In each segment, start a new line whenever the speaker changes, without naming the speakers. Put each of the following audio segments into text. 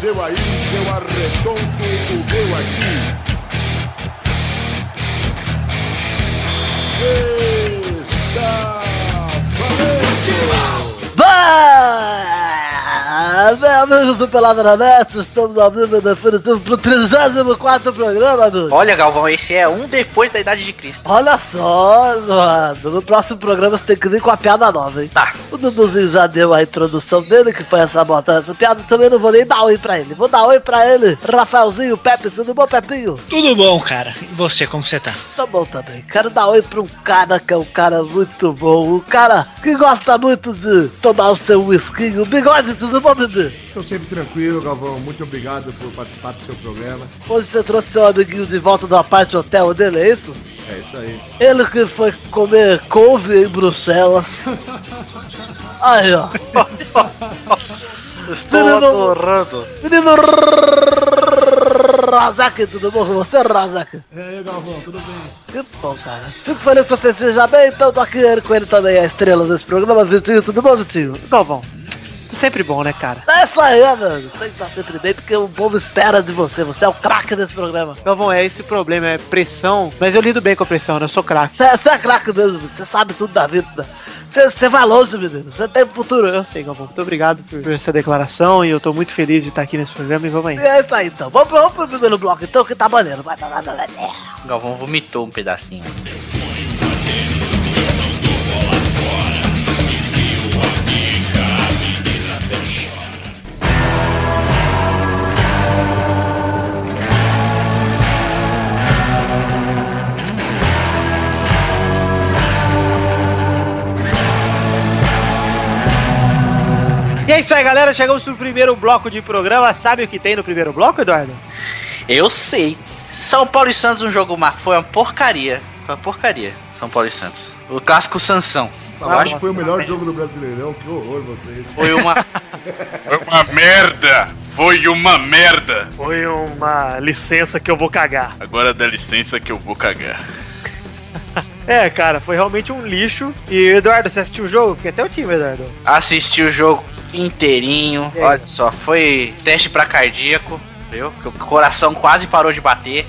seu aí, eu arredonto o meu aqui. Está valente!
Amigos do Pelada na Net, estamos ao vivo e definitivo pro 34 programa, amigo.
Olha, Galvão, esse é um depois da Idade de Cristo.
Olha só, mano. No próximo programa você tem que vir com a piada nova, hein?
Tá.
O Duduzinho já deu a introdução dele, que foi essa botando essa piada. Também não vou nem dar oi pra ele. Vou dar oi pra ele. Rafaelzinho, Pepe, tudo bom, Pepinho?
Tudo bom, cara? E você, como você tá?
Tá bom também. Quero dar oi pra um cara que é um cara muito bom. Um cara que gosta muito de tomar o seu whiskinho. Bigode, tudo bom, bebê?
Estou sempre tranquilo, Galvão. Muito obrigado por participar do seu programa.
Hoje você trouxe seu amiguinho de volta do aparte hotel dele, é isso?
É isso aí.
Ele que foi comer couve em Bruxelas. Aí, ó.
Estou
Menino-
adorando.
Menino Razak, tudo bom com você, Razak?
E aí, Galvão, tudo bem?
Que bom, cara. Fico feliz que você esteja bem, então tô aqui com ele também, a estrela desse programa, Vitinho. Tudo bom, Vitinho?
Galvão, sempre bom, né, cara?
É isso aí, mano. Você tem que estar sempre bem, porque o povo espera de você. Você é o craque desse programa.
Galvão, é esse o problema, é pressão. Mas eu lido bem com a pressão, né? Eu sou craque.
Você é, você é craque mesmo, você sabe tudo da vida. Você, você vai longe, menino. Você tem futuro.
Eu sei, Galvão. Muito obrigado por, por essa declaração e eu tô muito feliz de estar aqui nesse programa e vamos
E
aí.
é isso aí, então. Vamos, vamos pro primeiro bloco, então, que tá maneiro. Vai, vai, vai, vai, vai.
Galvão vomitou um pedacinho.
E é isso aí, galera. Chegamos pro primeiro bloco de programa. Sabe o que tem no primeiro bloco, Eduardo?
Eu sei. São Paulo e Santos, um jogo mar. Foi uma porcaria. Foi uma porcaria. São Paulo e Santos. O clássico Sansão. Eu
Falaram
acho
que
que
foi o melhor jogo do Brasileirão. Que horror vocês.
foi uma.
Foi uma merda! Foi uma merda!
Foi uma licença que eu vou cagar.
Agora dá licença que eu vou cagar.
É, cara, foi realmente um lixo. E, Eduardo, você assistiu o jogo? Porque até o time, Eduardo.
Assisti o jogo inteirinho.
E aí?
Olha só, foi teste pra cardíaco. Viu? Porque o coração quase parou de bater.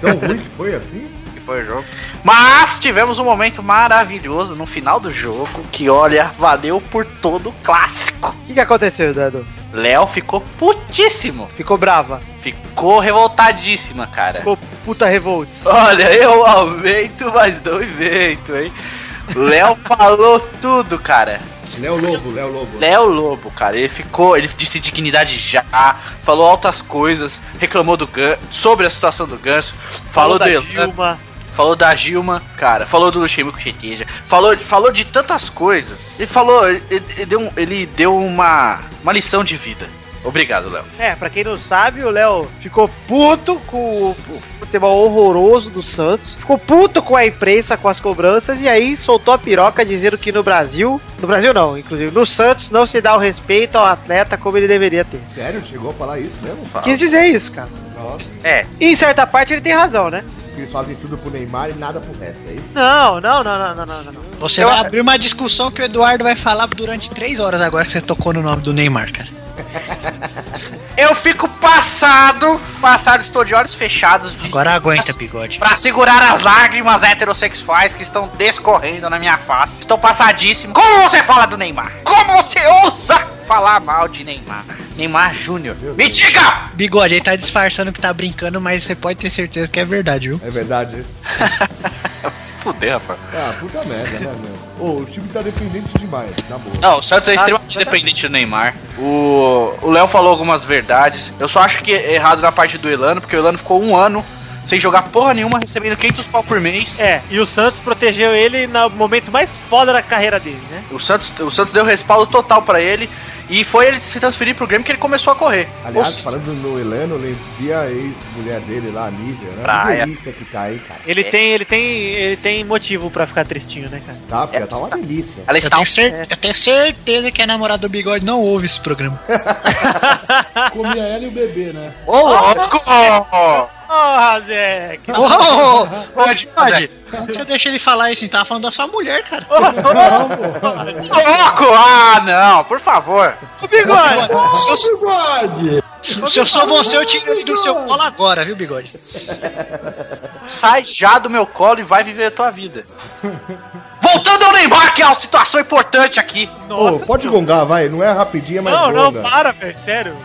Tão ruim que foi assim?
que foi o jogo. Mas tivemos um momento maravilhoso no final do jogo que, olha, valeu por todo o clássico.
O que, que aconteceu, Eduardo?
Léo ficou putíssimo.
Ficou brava.
Ficou revoltadíssima, cara.
Ficou puta revolts.
Olha, eu aumento, mas não invento, hein? Léo falou tudo, cara.
Léo Lobo, Léo Lobo.
Léo Lobo, cara, ele ficou, ele disse dignidade já, falou altas coisas, reclamou do Gan, sobre a situação do Ganso, falou, né? do
da
Elan,
Dilma.
Falou da Gilma, cara, falou do Luxemburgo Cheteja, falou, falou de tantas coisas. Ele falou, ele, ele deu, um- ele deu uma, uma lição de vida. Obrigado, Léo.
É, pra quem não sabe, o Léo ficou puto com o futebol horroroso do Santos, ficou puto com a imprensa, com as cobranças, e aí soltou a piroca dizendo que no Brasil, no Brasil não, inclusive no Santos, não se dá o respeito ao atleta como ele deveria ter.
Sério? Chegou a falar isso mesmo?
Quis dizer isso, cara.
Nossa.
E em certa parte ele tem razão, né?
Eles fazem tudo pro Neymar e nada pro resto, é isso?
Não, não, não, não, não, não, não, não.
Você
Eu-
vai abrir uma discussão que o Eduardo vai falar durante três horas agora que você tocou no nome do Neymar, cara.
Eu fico passado, passado, estou de olhos fechados de,
Agora aguenta, bigode.
pra segurar as lágrimas heterossexuais que estão descorrendo na minha face. Estão passadíssimo. Como você fala do Neymar? Como você ousa falar mal de Neymar? Neymar Júnior.
Meu
Me
Deus.
diga!
Bigode, ele tá disfarçando que tá brincando, mas você pode ter certeza que é verdade, viu?
É verdade.
Se fuder, rapaz.
Ah, puta merda, né, meu? Ô, o time tá dependente demais, tá bom.
Não, o Santos é extremamente dependente do Neymar. O o Léo falou algumas verdades. Eu só acho que é errado na parte do Elano, porque o Elano ficou um ano sem jogar porra nenhuma, recebendo 500 pau por mês.
É, e o Santos protegeu ele no momento mais foda da carreira dele, né?
O Santos, o Santos deu respaldo total pra ele. E foi ele se transferir pro Grêmio que ele começou a correr. Ou
Aliás,
seja,
falando no Elano, eu lembrei a ex-mulher dele lá, a Nívia, né?
Praia.
Que delícia que tá aí, cara.
Ele
É.
tem, ele tem, ele tem motivo pra ficar tristinho, né, cara?
Tá, porque
É,
tá uma delícia.
ela
Eu
está um
tenho, cer- eu tenho certeza que a namorada do bigode não ouve esse programa.
Comia ela e o bebê, né?
Ô, louco!
Oh, Zé, que
Oh,
Pode, pode.
deixa eu deixar ele falar isso, ele tava falando da sua mulher, cara.
Ô, louco! Ah, não, por favor.
bigode!
Se eu,
Bigode!
Se eu sou você, eu tinha ido no seu colo agora, viu, bigode?
Sai já do meu colo e vai viver a tua vida. Voltando ao Neymar, que é uma situação importante aqui.
Ô, pode gongar, vai. Não é rapidinha, mas
Não, não,
gonga.
para, velho, sério.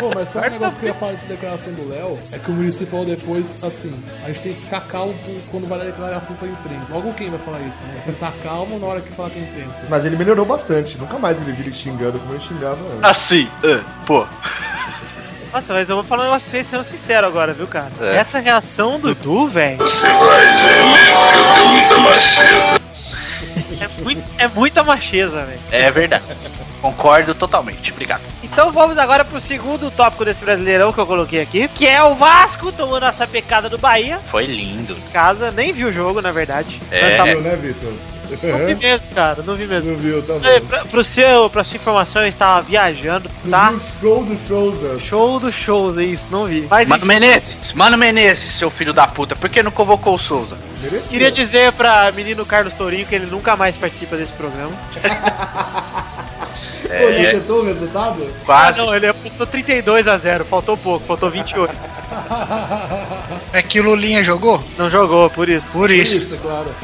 Pô, mas só um negócio que eu ia falar dessa declaração do Léo é que o Murici falou depois assim: a gente tem que ficar calmo quando vai dar declaração pra imprensa. Logo quem vai falar isso, né? Tem que Tá calmo na hora que falar com a imprensa.
Mas ele melhorou bastante. Nunca mais ele vira xingando como ele xingava antes.
Assim, ah, pô.
Nossa, mas eu vou falar um negócio pra vocês sendo sincero agora, viu, cara?
É.
Essa reação do Du, velho. Você vai ver muito macheza. É, muita macheza, velho.
É verdade. Concordo totalmente. Obrigado.
Então vamos agora pro segundo tópico desse brasileirão que eu coloquei aqui, que é o Vasco tomando essa pecada do Bahia.
Foi lindo.
em Casa, nem vi o jogo, na verdade.
É.
Mas
Viu, né, Vitor?
tá-
É.
não vi mesmo, cara, não vi mesmo.
Não viu, tá
É,
bom.
pra, pro seu, pra sua informação, eu estava viajando, tá?
Não viu o show do Souza.
Show do show, é isso, não vi. Mas
Mano
enfim,
Menezes, Mano Menezes, seu filho da puta, por que não convocou o Souza?
Merecia.
queria dizer pra menino Carlos Tourinho que ele nunca mais participa desse programa.
Pô, ele acertou o resultado?
Quase.
Ah, não, ele apontou 32 a 0, faltou pouco, faltou 28.
É que o Lulinha jogou?
não jogou, por isso.
Por isso.
Isso, é claro.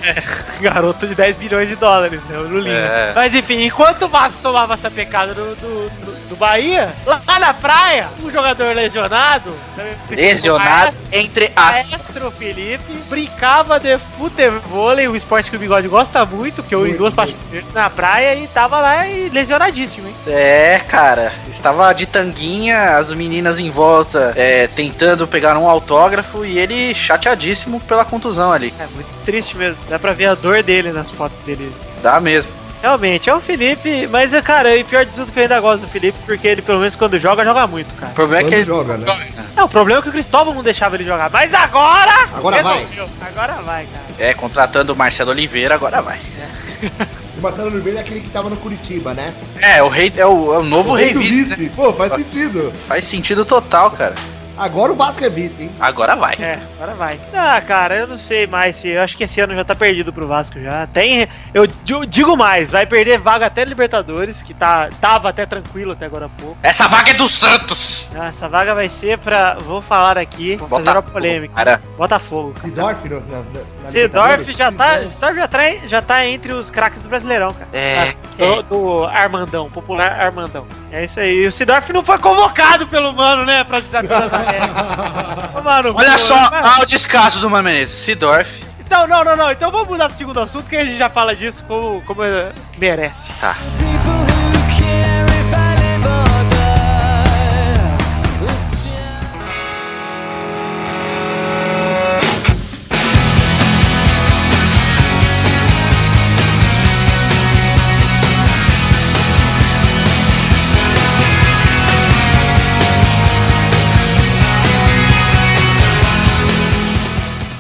Garoto de 10 bilhões de dólares, né? O Lulinha.
É.
Mas enfim, enquanto o Vasco tomava essa pecada do, do, do- do Bahia, lá lá na praia, um jogador lesionado. né,
Lesionado entre aspas.
Maestro Felipe brincava de futebol, o esporte que o Bigode gosta muito, que eu em duas partes na praia e tava lá e lesionadíssimo, hein?
É, cara, estava de tanguinha, as meninas em volta é, tentando pegar um autógrafo e ele chateadíssimo pela contusão ali.
É muito triste mesmo, dá pra ver a dor dele nas fotos dele.
Dá mesmo.
Realmente, é o Felipe, mas cara, e pior de tudo que eu ainda gosto do Felipe, porque ele pelo menos quando joga, joga muito, cara.
O problema é que
Quando
ele.
joga, né?
É, o problema é que o Cristóvão não deixava ele jogar, mas agora...
Agora vai.
vai. Agora vai, cara.
É, contratando o Marcelo Oliveira, agora vai.
O Marcelo Oliveira é aquele que tava no Curitiba, né?
É, o rei é o, é o novo
O
rei,
rei do
vice, né?
vice. Pô, faz sentido.
Faz sentido total, cara.
Agora o Vasco é vice, hein?
Agora vai.
É, agora vai. Ah, cara, eu não sei mais se. Eu acho que esse ano já tá perdido pro Vasco já. Tem. Eu di- digo mais, vai perder vaga até Libertadores, que tá, tava até tranquilo até agora há pouco.
Essa vaga é do Santos!
Ah, Essa vaga vai ser pra. Vou falar aqui. Vou fazer uma polêmica.
Cara,
Botafogo. cara.
Sidorf no- na, na, na
Sidorf
Libertadores.
já tá. Sidorf já, tá en- já tá entre os craques do Brasileirão, cara. Ah,
É,
Do, do Armandão, popular Armandão. É isso aí. E o Sidorf não foi convocado pelo mano, né? Pra desafio das Américas. Ô, mano,
Olha
pô,
só,
cara.
ah, o descaso do Mano Menezes. Sidorf.
Então, não, não, não. Então vamos mudar pro segundo assunto que a gente já fala disso como, como eh, merece.
Tá.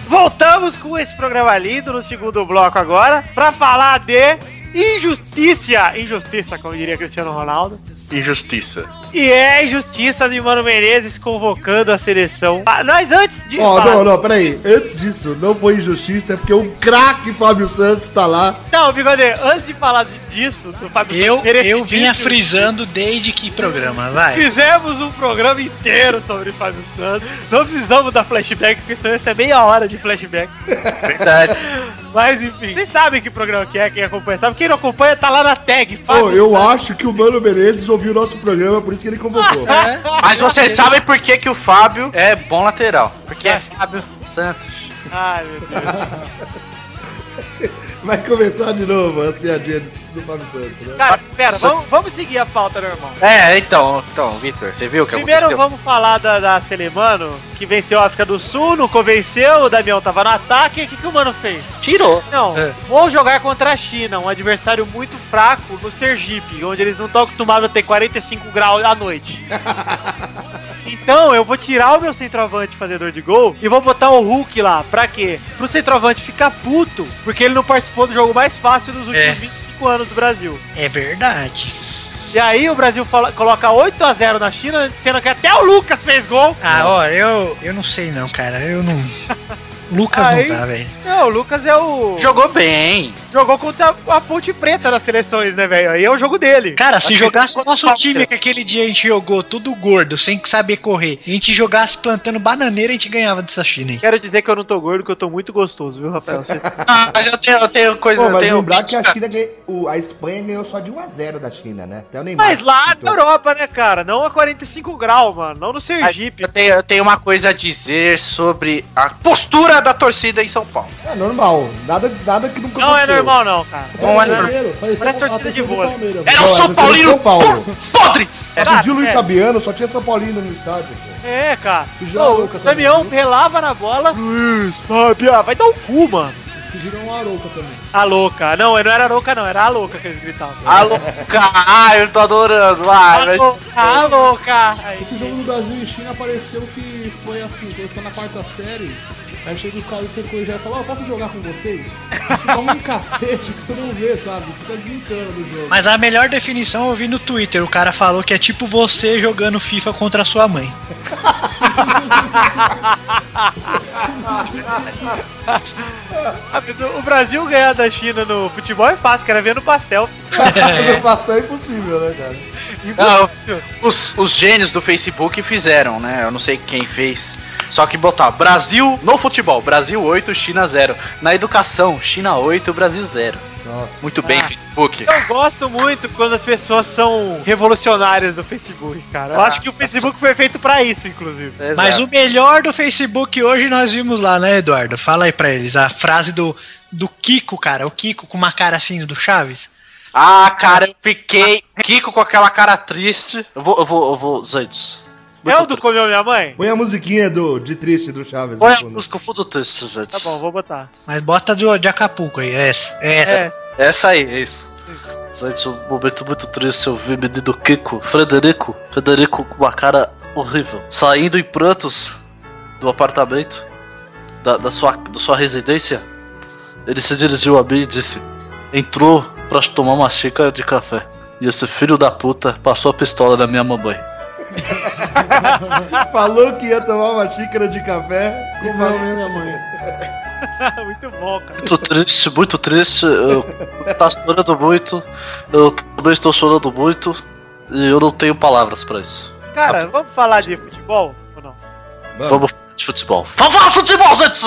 Voltamos com esse programa lindo no segundo bloco agora pra falar de injustiça. Injustiça, como diria Cristiano Ronaldo.
Injustiça.
E é a injustiça de Mano Menezes convocando a seleção. Ah, nós antes de.
Ó,
falar-
não, não, peraí. Antes disso, não foi injustiça, é porque um craque Fábio Santos tá lá.
Não, Bigode, antes de falar disso, do Fábio
Eu,
Santos merecidíssimo,
eu vinha frisando desde que programa, vai.
Fizemos um programa inteiro sobre Fábio Santos. Não precisamos dar flashback, porque senão isso é meia hora de flashback.
Verdade.
Mas enfim, vocês sabem que programa que é, quem acompanha sabe. Quem não acompanha tá lá na tag. Fábio
Pô, eu acho que o Mano Menezes ouviu o nosso programa, por isso que ele convocou.
Mas vocês sabem por que, que o Fábio é bom lateral. Porque é Fábio Santos.
Ai, meu Deus.
Vai começar de novo as piadinhas do Fábio Santos, né?
Cara, pera, vamos, vamos seguir a pauta normal.
É, então, então, Vitor, você viu o que
Primeiro
aconteceu?
vamos falar da, da Selemano, que venceu a África do Sul, não convenceu, o Damião tava no ataque. O que, que o mano fez?
Tirou.
Não,
É.
vou jogar contra a China, um adversário muito fraco no Sergipe, onde eles não estão acostumados a ter 45 graus à noite. Então, eu vou tirar o meu centroavante fazedor de gol e vou botar o Hulk lá. Pra quê? Pro centroavante ficar puto, porque ele não participou do jogo mais fácil dos últimos
É.
25 anos do Brasil.
É verdade.
E aí o Brasil fala- coloca 8 a 0 na China, sendo que até o Lucas fez gol.
Ah, ó, eu, eu não sei não, cara. Eu não. Lucas
Aí-
não dá, velho.
Não, o Lucas é o...
Jogou bem.
jogou contra a Ponte Preta nas seleções, né, velho? Aí é o jogo dele.
Cara, se jogasse o nosso
falta.
time que aquele dia a gente jogou tudo gordo, sem saber correr, e a gente jogasse plantando bananeira, a gente ganhava dessa China, hein?
Quero dizer que eu não tô gordo, que eu tô muito gostoso, viu, Rafael? Você-
Ah, mas eu tenho, eu tenho coisa.
Pô,
eu
mas
tenho...
lembrar que a China ganha- o- a Espanha ganhou só de 1 a 0 da China, né? Até o Neymar.
Mas lá na
citou.
Europa, né, cara? Não a 45 graus, mano. Não no Sergipe.
Eu tenho, eu tenho uma coisa a dizer sobre a postura da torcida em São Paulo.
É normal. Nada, nada que nunca
Não é
aconteceu.
normal, não, cara.
Então,
Não é normal.
Palmeiras, parecia
Parece
a- a
torcida de
torcida do
vôlei.
Palmeiras. né?
Era
Não,
o
é torcida de
São Paulino
São Paulo.
po- podres!
Só
Cara,
podia o Luiz
é.
Fabiano, só tinha São Paulino no estádio. pô.
É, cara.
Já
Ô,
louca
o
também,
Damião
viu?
relava na bola. Luiz, Fábio, vai dar um cu, mano.
Eles pediram uma Arouca um também.
A louca. Não, não era a louca, não. Era a louca que eles gritavam.
Alô, ah, eu tô adorando. Ah,
A
mas-
louca, a louca. Aí,
Esse jogo do Brasil e China apareceu que foi assim, que eles estão na quarta série, aí chega os caras do seu colegial e falam, ó, posso jogar com vocês? Você toma um cacete que você não vê, sabe? Que Você tá desenchando do jogo.
Mas a melhor definição eu vi no Twitter, o cara falou que é tipo você jogando FIFA contra a sua mãe.
Ah, mas o- O Brasil ganhar da China no futebol é fácil, que era ver no pastel.
No pastel é impossível, né, cara?
Ah, os, os gênios do Facebook fizeram, né? Eu não sei quem fez. Só que botar Brasil no futebol, Brasil 8, China 0. Na educação, China 8, Brasil 0. Muito
Ah.
bem, Facebook.
Eu gosto muito quando as pessoas são revolucionárias do Facebook, cara. Eu acho que o Facebook foi feito pra isso, inclusive.
Mas
Exato.
o melhor do Facebook hoje nós vimos lá, né, Eduardo? Fala aí pra eles a frase do, do Kiko, cara. O Kiko com uma cara assim do Chaves.
Ah, cara, eu fiquei Kiko com aquela cara triste. Eu vou, eu vou, eu vou, Zantes.
É o do Comeu Minha Mãe?
Põe a musiquinha do, de triste do Chaves.
Põe
no
a
fundo.
música Fundo Triste,
Tá
Zantes.
bom, vou botar.
Mas bota do, de Acapulco aí, essa. essa.
É,
Essa aí, é isso. Zantes, um momento muito triste, eu vi menino Kiko, Frederico, Frederico com uma cara horrível, saindo em prantos do apartamento, da, da sua, da sua residência. Ele se dirigiu a mim e disse, entrou pra tomar uma xícara de café. E esse filho da puta passou a pistola na minha mamãe.
Falou que ia tomar uma xícara de café.
Como não, minha mãe.
muito bom, cara.
Muito triste, muito triste. Eu tá chorando muito. Eu também estou chorando muito. E eu não tenho palavras pra isso.
Cara, vamos falar de futebol ou não?
Vamos falar de futebol. Vamos falar de futebol, gente!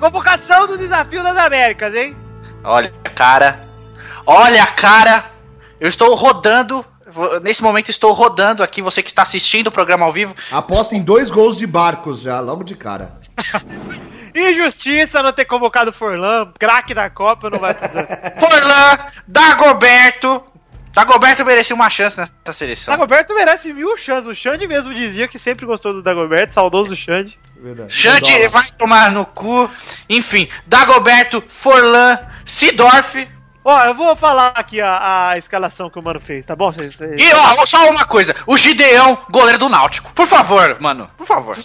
Convocação do Desafio das Américas, hein?
Olha a cara. Olha a cara. Eu estou rodando. Vou- Nesse momento estou rodando aqui. Você que está assistindo o programa ao vivo.
Aposta em dois gols de barcos já, logo de cara.
Injustiça não ter convocado o Forlan, craque da Copa, não vai precisar.
Forlan, Dagoberto. Dagoberto merecia uma chance nessa seleção.
Dagoberto merece mil chances. O Xande mesmo dizia que sempre gostou do Dagoberto, saudoso Xande.
Verdade.
Xande vai tomar no cu. Enfim, Dagoberto, Forlan, Sidorf.
Ó, eu vou falar aqui a, a escalação que o mano fez, tá bom? Vocês- vocês-
E ó, só uma coisa: o Gideão, goleiro do Náutico. Por favor, mano. Por favor.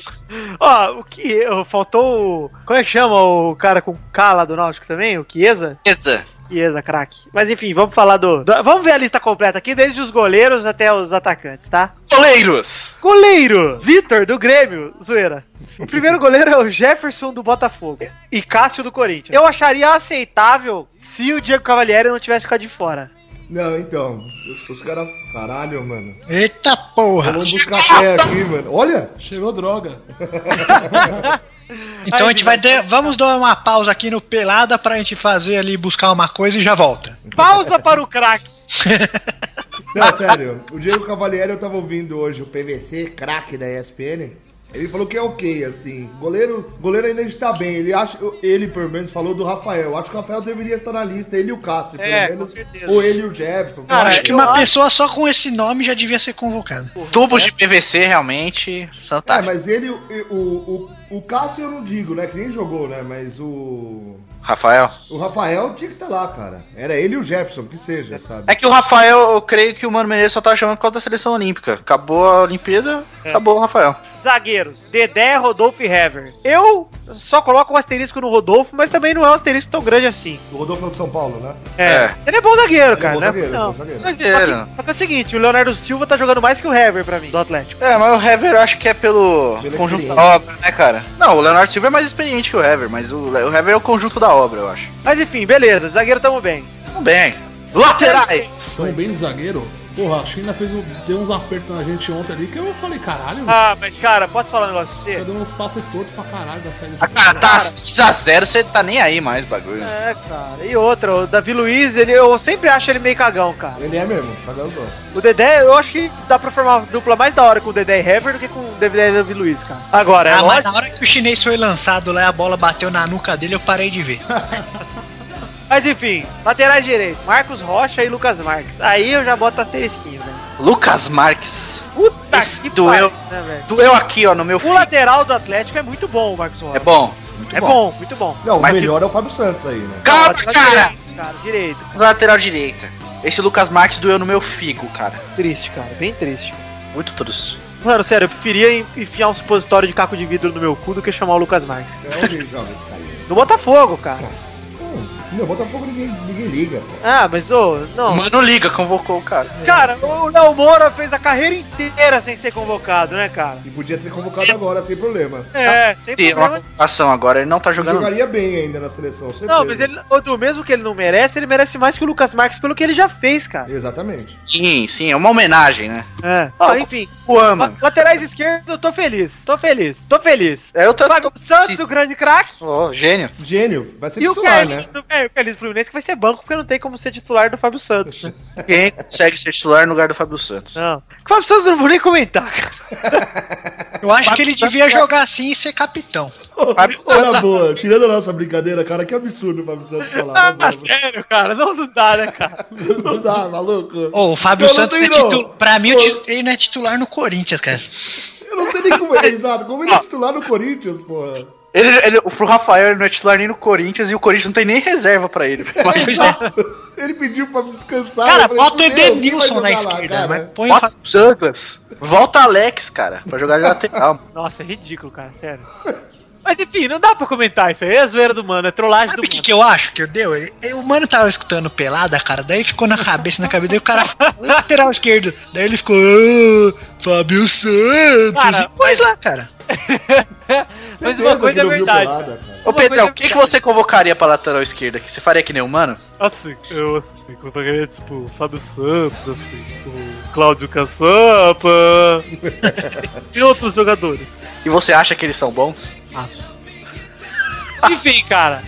Ó, o que. Faltou o. Como é que chama o cara com K lá do Náutico também? O Chiesa?
Beleza.
Chiesa, craque. Mas enfim, vamos falar do, do- Vamos ver a lista completa aqui, desde os goleiros até os atacantes, tá?
Goleiros.
Goleiro! Vitor, do Grêmio, zoeira. O primeiro goleiro é o Jefferson do Botafogo e Cássio do Corinthians. Eu acharia aceitável se o Diego Cavalieri não tivesse ficado de fora.
Não, então, os- os caras. Caralho, mano.
Eita porra!
Vamos buscar café aqui, mano. Olha!
Cheirou droga.
Então a gente vai. de- Vamos dar uma pausa aqui no Pelada pra gente fazer ali, buscar uma coisa e já volta.
Pausa para o craque.
Não, é sério, o Diego Cavalieri, eu tava ouvindo hoje o PVC, craque da ESPN. Ele falou que é ok, assim. Goleiro, goleiro ainda está bem. Ele acha, ele pelo menos falou do Rafael. Acho que o Rafael deveria estar na lista. Ele e o Cássio, pelo
É, com
menos.
certeza. Ah,
Ou ele e o Jefferson.
Eu acho que
eu
uma
acho-
pessoa só com esse nome já devia ser convocada.
Tubos de PVC, realmente. tá.
É,
Fantástico.
mas ele, o, o, o, o Cássio eu não digo, né? Que nem jogou, né? Mas o.
Rafael.
O Rafael tinha que estar lá, cara. Era ele e o Jefferson, que seja, sabe?
É que o tá Rafael, eu creio que o Mano Menezes só tava chamando por causa da seleção olímpica. Acabou a Olimpíada, acabou o Rafael.
Zagueiros. Dedé, Rodolfo e Hever. Eu só coloco um asterisco no Rodolfo, mas também não é um asterisco tão grande assim.
O Rodolfo é do São Paulo, né?
É.
É.
Ele é bom zagueiro,
Ele é
cara,
bom
né?
zagueiro, ele é
Não.
bom zagueiro.
Zagueiro.
Só que é o seguinte, o Leonardo Silva tá jogando mais que o Hever pra mim, do Atlético.
É, mas o Hever eu acho que é pelo
Pela
conjunto da
experiência.
obra, né, cara? Não, o Leonardo Silva é mais experiente que o Hever, mas o, o Hever é o conjunto da obra, eu acho.
Mas enfim, beleza, zagueiro tamo bem.
Tudo bem. Laterais!
Tão um bem de zagueiro. Porra, a China fez um, deu uns apertos na gente ontem ali que eu falei, caralho, ah.
Ah, mas cara, posso falar um negócio pra você?
deu uns passos tortos pra caralho da série.
Ah, Cara, tá 6x0, você tá nem aí mais, bagulho.
É, cara. E outra, o Davi Luiz, ele, eu sempre acho ele meio cagão, cara.
Ele é mesmo, cagando gol.
O Dedé, eu acho que dá pra formar uma dupla mais da hora com o Dedé e Hever do que com o Dedé e Davi Luiz, cara. Agora, é
Ah, mas
lógico.
na hora que o chinês foi lançado lá e a bola bateu na nuca dele, eu parei de ver.
Mas enfim, laterais direitos, Marcos Rocha e Lucas Marques. Aí eu já boto asterisquinho, velho.
Lucas Marques.
Puta
Esse
que
doeu.
pariu, né, velho?
Doeu aqui, ó, no meu
O
filho.
lateral do Atlético é muito bom, o Marcos Rocha.
É bom. Muito
É bom, muito bom.
Não,
Mas
o melhor é o Fábio Santos aí, né?
Calma,
Lateral
cara!
direito, cara, direito.
Lateral direita. Esse Lucas Marques doeu no meu figo, cara.
Triste, cara, bem triste.
Muito triste.
Mano, sério, eu preferia en- enfiar um supositório de caco de vidro no meu cu do que chamar o Lucas Marques.
É horrível esse cara aí.
No Botafogo, cara.
Hum, Não, Botafogo ninguém, ninguém liga, pô.
Ah, mas ô, não.
Mano, liga, convocou o cara.
Cara, o Léo Moura fez a carreira inteira sem ser convocado, né, cara?
E podia ter convocado agora, sem problema.
É, sem
Sim, é uma
problema.
convocação agora, ele não tá
Ele
jogando.
jogaria bem ainda na seleção, certeza.
Não, mas ele, ô, do mesmo que ele não merece, ele merece mais que o Lucas Marques pelo que ele já fez, cara.
Exatamente.
Sim, sim, é uma homenagem, né?
É. Ó, enfim,
O
la-
ama.
laterais esquerdo, eu tô feliz, tô feliz, tô feliz.
É, eu tô.
Fábio
tô-
Santos, o grande craque,
Ó, gênio.
Gênio, vai ser
e o
titular,
Carlinhos,
né?
do- é, o Carlinhos do Fluminense que vai ser banco, porque não tem como ser titular do Fábio Santos. né?
Quem consegue ser titular no lugar do Fábio Santos?
Não. O Fábio Santos eu não vou nem comentar, cara.
Eu acho que ele devia jogar assim e ser capitão.
Ô, na boa, tirando a nossa brincadeira, cara, que absurdo o Fábio Santos falar. na boa.
Tá Sério, cara, não, não dá, né, cara?
Não dá, maluco.
Ô, o Fábio
Eu não
Santos,
tenho,
é titu-
não.
pra mim, o
Ô.
ti- ele não é titular no Corinthians, cara.
Eu não sei nem como é, exato. Como ele é titular no Corinthians, porra?
Ele, ele, pro Rafael ele não é titular nem no Corinthians e o Corinthians não tem nem reserva pra ele. Mas
Ele pediu pra descansar.
é. Cara,
é. eu falei,
bota o
"Fudeu, quem vai
Edenilson
jogar
na
lá,
esquerda,
cara?"
né?
mas põe o
bota o Douglas. Volta Alex, cara, pra jogar de lateral.
Nossa, é ridículo, cara, sério. Mas enfim, não dá pra comentar isso aí. É zoeira do mano, é trollagem
Sabe
do
o que,
mano.
que eu acho que eu deu? Ele- ele- O mano tava escutando pelada, cara, daí ficou na cabeça, na cabeça, daí o cara lateral esquerdo. Daí ele ficou. "Ah, Fábio Santos!
Cara,
e pôs lá, cara.
Mas
Certeza
uma coisa
que
é
não viu
verdade.
pelada, cara.
Ô, Pedrão,
Uma coisa é
o que, que você convocaria pra lateral esquerda aqui? Você faria que nem o mano?
Assim, eu assim, convocaria tipo o Fábio Santos, assim, o Cláudio Caçapa e outros jogadores.
E você acha que eles são bons?
Enfim, cara.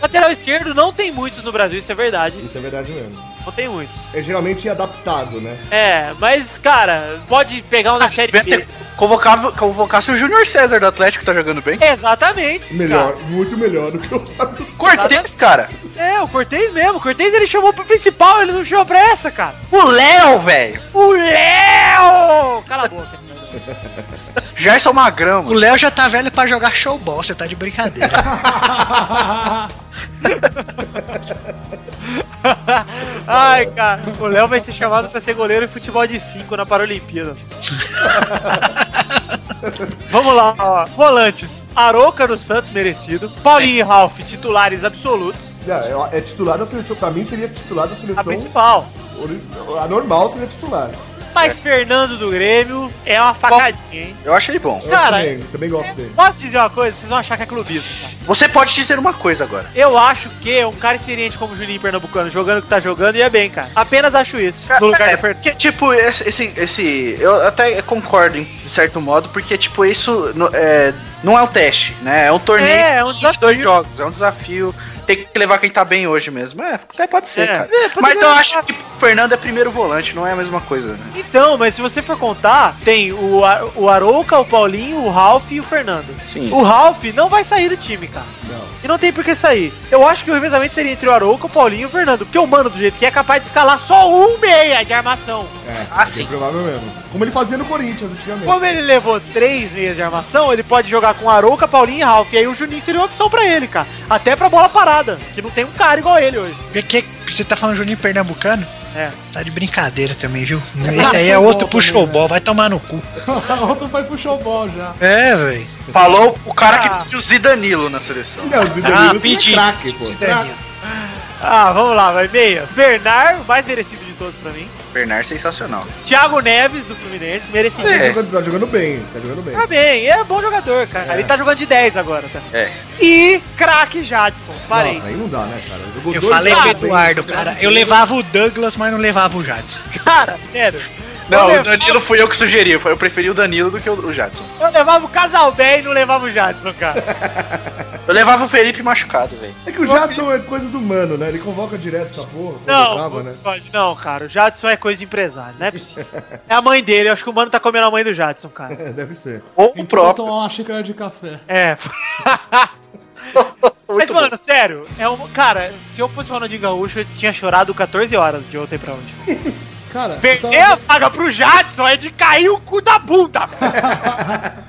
Lateral esquerdo não tem muitos no Brasil, isso é verdade.
Isso é verdade mesmo.
Não tem muitos.
É geralmente adaptado, né?
É, mas, cara, pode pegar um da série
Devia
B.
ter convocava, convocasse o Júnior César do Atlético, que tá jogando bem.
Exatamente.
Melhor, muito melhor do que o Fábio Santos.
Cortez, cara.
Cara. É, o Cortez mesmo. O Cortez ele chamou pro principal, ele não chamou pra essa, cara.
O Léo, velho.
O Léo! Cala a boca.
Gerson é Magrão.
O Léo já tá velho pra jogar showball, você tá de brincadeira.
Ai, cara, o Léo vai ser chamado pra ser goleiro em futebol de 5 na Paralimpíada. Vamos lá, ó. Volantes. Aroca no Santos, merecido. Paulinho e Ralf, titulares absolutos.
Não, é, é titular da seleção. Pra mim seria titular da
A
seleção.
principal.
ori- A normal seria titular.
Mas
É.
Fernando do Grêmio é uma facadinha, hein?
Eu achei bom.
Eu
Cara,
também, também gosto dele.
Posso dizer uma coisa? Vocês vão achar que é clubismo, cara.
Você pode dizer uma coisa agora.
Eu acho que um cara experiente como o Juninho Pernambucano, jogando o que tá jogando, ia bem, cara. Apenas acho isso.
Cara,
No lugar
é,
do Fernando.
porque, tipo, esse, esse, esse- Eu até concordo, em- de certo modo, porque, tipo, isso no- é, não é um teste, né? É um torneio
É, é um
de dois jogos, é um desafio. Tem que levar quem tá bem hoje mesmo. É, até pode ser,
É.
cara.
É, pode
Mas
ser.
eu acho que o Fernando é primeiro volante, não é a mesma coisa, né?
Então, mas se você for contar, tem o, Ar- o Arouca, o Paulinho, o Ralf e o Fernando.
Sim.
O Ralf não vai sair do time, cara.
Não.
E não tem por que sair. Eu acho que o revezamento seria entre o Arouca, o Paulinho e o Fernando. Porque o Mano, do jeito que é capaz de escalar só um meia de armação.
É,
Ah,
bem
sim.
provável mesmo. Como ele fazia no Corinthians antigamente.
Como ele levou três meias de armação, ele pode jogar com Arouca, Paulinho e Ralf. E aí o Juninho seria uma opção pra ele, cara. Até pra bola parada, que não tem um cara igual ele hoje.
Porque Você tá falando Juninho Pernambucano?
É.
Tá de brincadeiro também, viu? Esse aí é outro pro showball, vai tomar no cu.
Outro foi pro showball já.
É, velho.
Falou o cara que
Ah.
pediu Zidanilo na seleção.
Não, o Zidanilo ah, é
pedi.
craque, pô.
Ah, vamos lá, vai. Meia. Bernard, o mais merecido de todos pra mim.
Bernard é sensacional.
Thiago Neves, do Fluminense, merecido.
Tá jogando, tá jogando bem, tá jogando bem.
Tá bem, é bom jogador, cara. Ele tá jogando de 10 agora, tá?
É.
E craque Jadson, parei.
Nossa, aí não dá, né, cara? Jogou
Eu
dois
falei
jogos
pro
bem.
Eduardo, cara. Eu levava o Douglas, mas não levava o Jadson.
Cara, sério.
Não,
eu,
o Danilo fui eu que sugeri. Eu preferi o Danilo do que o o Jadson.
eu levava o Casalbé e não levava o Jadson, cara.
Eu levava o Felipe machucado, velho.
É que o Jadson é coisa do mano, né? Ele convoca direto essa porra.
Não,
convocava, né?
pode- não, cara, o Jadson é coisa de empresário, não é possível. É a mãe dele, eu acho que o mano tá comendo a mãe do Jadson, cara.
É, deve ser.
Ou o
Então vou
próprio.
tomar uma xícara de café.
É. Mas,
Muito bom.
mano, sério, é um. Cara, se eu fosse o Ronaldinho Gaúcho, eu tinha chorado 14 horas de ontem pra ontem.
Cara, eu
Perder a vaga pro Jadson é de cair o cu da bunda, velho.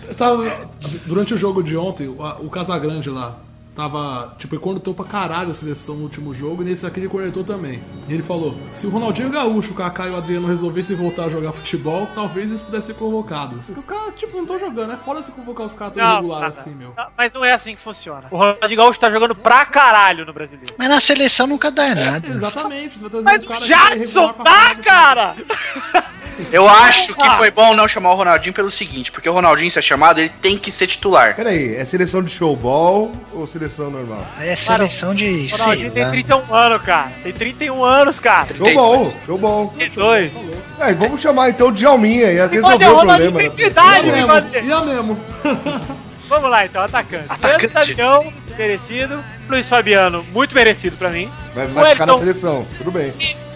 Eu tava- durante o jogo de ontem, o, a- o Casagrande lá tava, tipo, ele cornetou pra caralho a seleção no último jogo e nesse aqui ele cornetou também. E ele falou: se o Ronaldinho Gaúcho, o Kaká e o Adriano resolvessem voltar a jogar futebol, talvez eles pudessem ser convocados. Os caras, tipo, não estão jogando, é foda se convocar os caras tão
Não,
irregular
cara,
assim, meu.
não, Mas não é assim que funciona. O Ronaldinho Gaúcho tá jogando pra caralho no brasileiro.
Mas na seleção nunca dá nada.
Exatamente, você vai trazer
Mas
um
o
cara que é
Jadson
irregular pra
tá,
caralho.
cara!
Eu acho que foi bom não chamar o Ronaldinho pelo seguinte, porque o Ronaldinho, se é chamado, ele tem que ser titular.
Peraí, é seleção de showball ou seleção normal?
Aí é seleção de.
O Ronaldinho
sei
tem
lá.
31 anos, cara. Tem 31 anos, cara.
Showball,
32.
showball.
32.
É, vamos chamar então o Djalminha e
Olha,
resolver
o
o
Ronaldinho
problema.
tem
né?
cidade,
E
me
a
fazer.
Memo, e a Memo?
Vamos lá, então, atacante.
Atacantes.
Leandro Damião, merecido. Luiz Fabiano, muito merecido pra mim.
Vai,
O
vai ficar na
Elton.
seleção, tudo bem.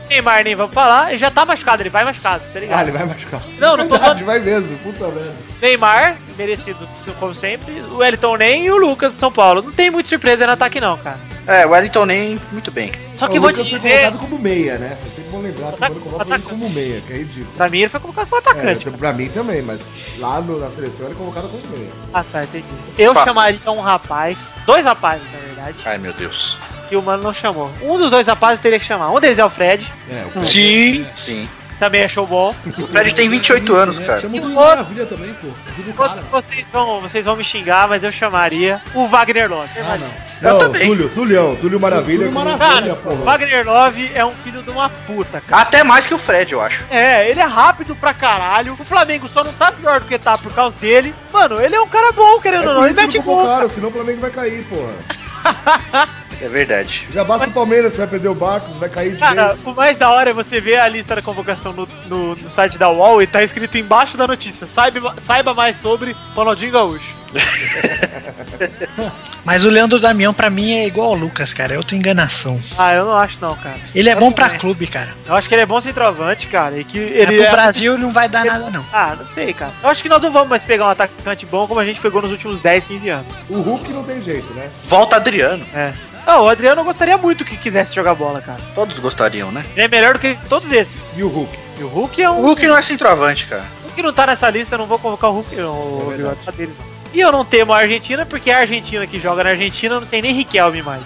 Neymar nem vamos falar. Ele já tá machucado, ele vai machucado, tá ligado?
Ah, ele vai machucar.
Não, não tô
Verdade, vai mesmo, puta merda.
Neymar, merecido, como sempre. O Elton Nem e o Lucas do São Paulo. Não tem muita surpresa no ataque, não, cara.
É, o Wellington nem muito bem.
Só que
O
vou te
Lucas então foi
dizer, Tá
colocado como meia, né? Vocês vão lembrar que
Ataca-
quando colocam ele
atacante.
como meia, que é ridículo.
pra mim ele foi colocado como
É,
atacante.
pra mim também, mas lá no- na seleção ele é colocado como meia.
Ah, tá, entendi. Eu
Tá.
chamaria um rapaz, dois rapazes, na verdade,
Ai, meu Deus.
que o mano não chamou. Um dos dois rapazes teria que chamar. Um deles é o Fred,
Sim.
Sim.
também achou bom.
O Fred tem 28 anos, cara.
Chama o Túlio
outro-
Maravilha também, pô. Digo, cara.
Outro, vocês, vão, vocês vão me xingar, mas eu chamaria o Wagner Love.
Ah, não.
Eu
também.
Túlio, Tulhão, Túlio Maravilha.
Túlio
como-
Cara,
Maravilha, pô.
o Wagner Love é um filho de uma puta, cara.
Até mais que o Fred, eu acho.
É, ele é rápido pra caralho. O Flamengo só não tá pior do que tá por causa dele. Mano, ele é um cara bom,
É
querendo ou não.
por
Ele
isso que
mete
não
gol.
convocaram, senão o Flamengo vai cair, porra.
É verdade.
Já basta o Palmeiras, vai perder o Barcos, vai cair de
Cara,
vez.
o mais da hora é você ver a lista da convocação no, no- no site da UOL e tá escrito embaixo da notícia. Saiba, saiba mais sobre Ronaldinho Gaúcho.
Mas o Leandro Damião, pra mim, é igual ao Lucas, cara. É outra enganação.
Ah, eu não acho não, cara.
Ele é bom pra clube, cara.
Eu acho que ele é bom centroavante, cara. E que
Mas
ele
pro
é-
Brasil não vai dar nada, não.
Ah, não sei, cara. Eu acho que nós não vamos mais pegar um atacante bom como a gente pegou nos últimos 10, 15 anos.
O Hulk não tem jeito, né?
Volta Adriano.
É. Ah, o Adriano eu gostaria muito que quisesse jogar bola, cara.
Todos gostariam, né?
Ele é melhor do que todos esses.
E o Hulk?
E o Hulk é um.
O Hulk não é centroavante, cara.
O que não tá nessa lista, eu não vou convocar o Hulk, não. o Bigote, tá dele, não. E eu não temo a Argentina, porque é a Argentina que joga na Argentina não tem nem Riquelme mais.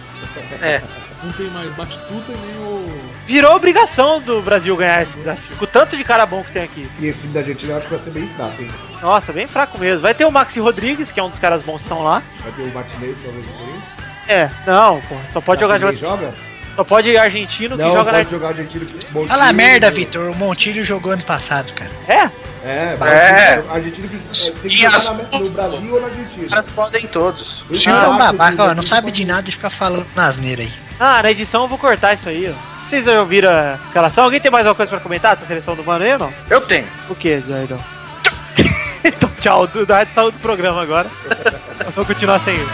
Não tem mais Batistuta e nem o.
Virou obrigação do Brasil ganhar esse desafio. Com o tanto de cara bom que tem aqui.
E esse time da Argentina eu acho que vai ser bem fraco, hein?
Nossa, bem fraco mesmo. Vai ter o Maxi Rodrigues, que é um dos caras bons que estão lá.
Vai ter o Martinez, talvez, no Corinthians.
É, não, pô. Só pode jogar,
Martinez
joga,
joga?
só pode argentino que
Tá Não,
joga
pode
na.
jogar argentino. que- bom
Fala
time,
merda,
né?
Vitor. O Montilho jogou ano passado, cara.
É?
É,
É.
Argentino, argentino que é, tem que
E as-
jogar na- no Brasil ou na Argentina.
Elas podem todos.
O senhor é um babaca, ó. Não
é
sabe de nada e fica falando asneira aí.
Ah, na edição eu vou cortar isso aí, ó. Vocês já ouviram a escalação? Alguém tem mais alguma coisa pra comentar dessa seleção do Mano aí ou não?
Eu tenho.
O que, Zaidão? então, tchau. Do, da saúde do programa agora. Nós vamos continuar sem ele.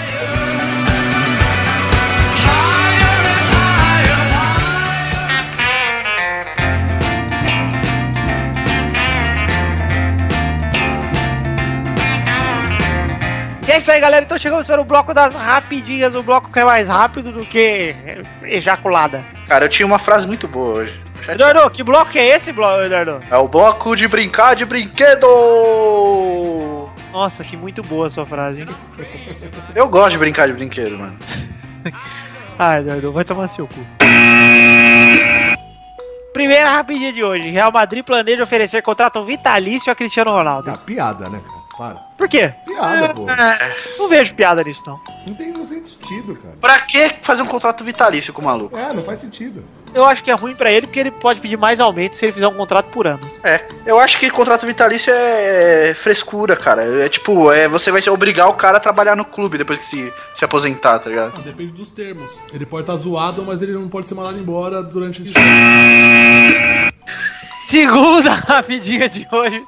E é isso aí, galera. Então chegamos para o bloco das rapidinhas, o bloco que é mais rápido do que ejaculada.
Cara, eu tinha uma frase muito boa hoje.
Eduardo, que bloco é esse, blo- Eduardo?
É o bloco de brincar de brinquedo!
Nossa, que muito boa a sua frase, hein?
Eu gosto de brincar de brinquedo, mano.
Ah, Eduardo, vai tomar seu cu. Primeira rapidinha de hoje. Real Madrid planeja oferecer contrato vitalício a Cristiano Ronaldo.
Tá, piada, né, cara? Para.
Por quê?
Piada, pô.
Não vejo piada nisso, não.
Não tem, não tem sentido, cara.
Pra que fazer um contrato vitalício com o maluco?
É, não faz sentido.
Eu acho que é ruim pra ele porque ele pode pedir mais aumento se ele fizer um contrato por ano.
É, eu acho que contrato vitalício é frescura, cara. É tipo, é, você vai obrigar o cara a trabalhar no clube depois que se, se aposentar, tá ligado?
Ah, depende dos termos. Ele pode estar zoado, mas ele não pode ser mandado embora durante esse
Segunda rapidinha de hoje.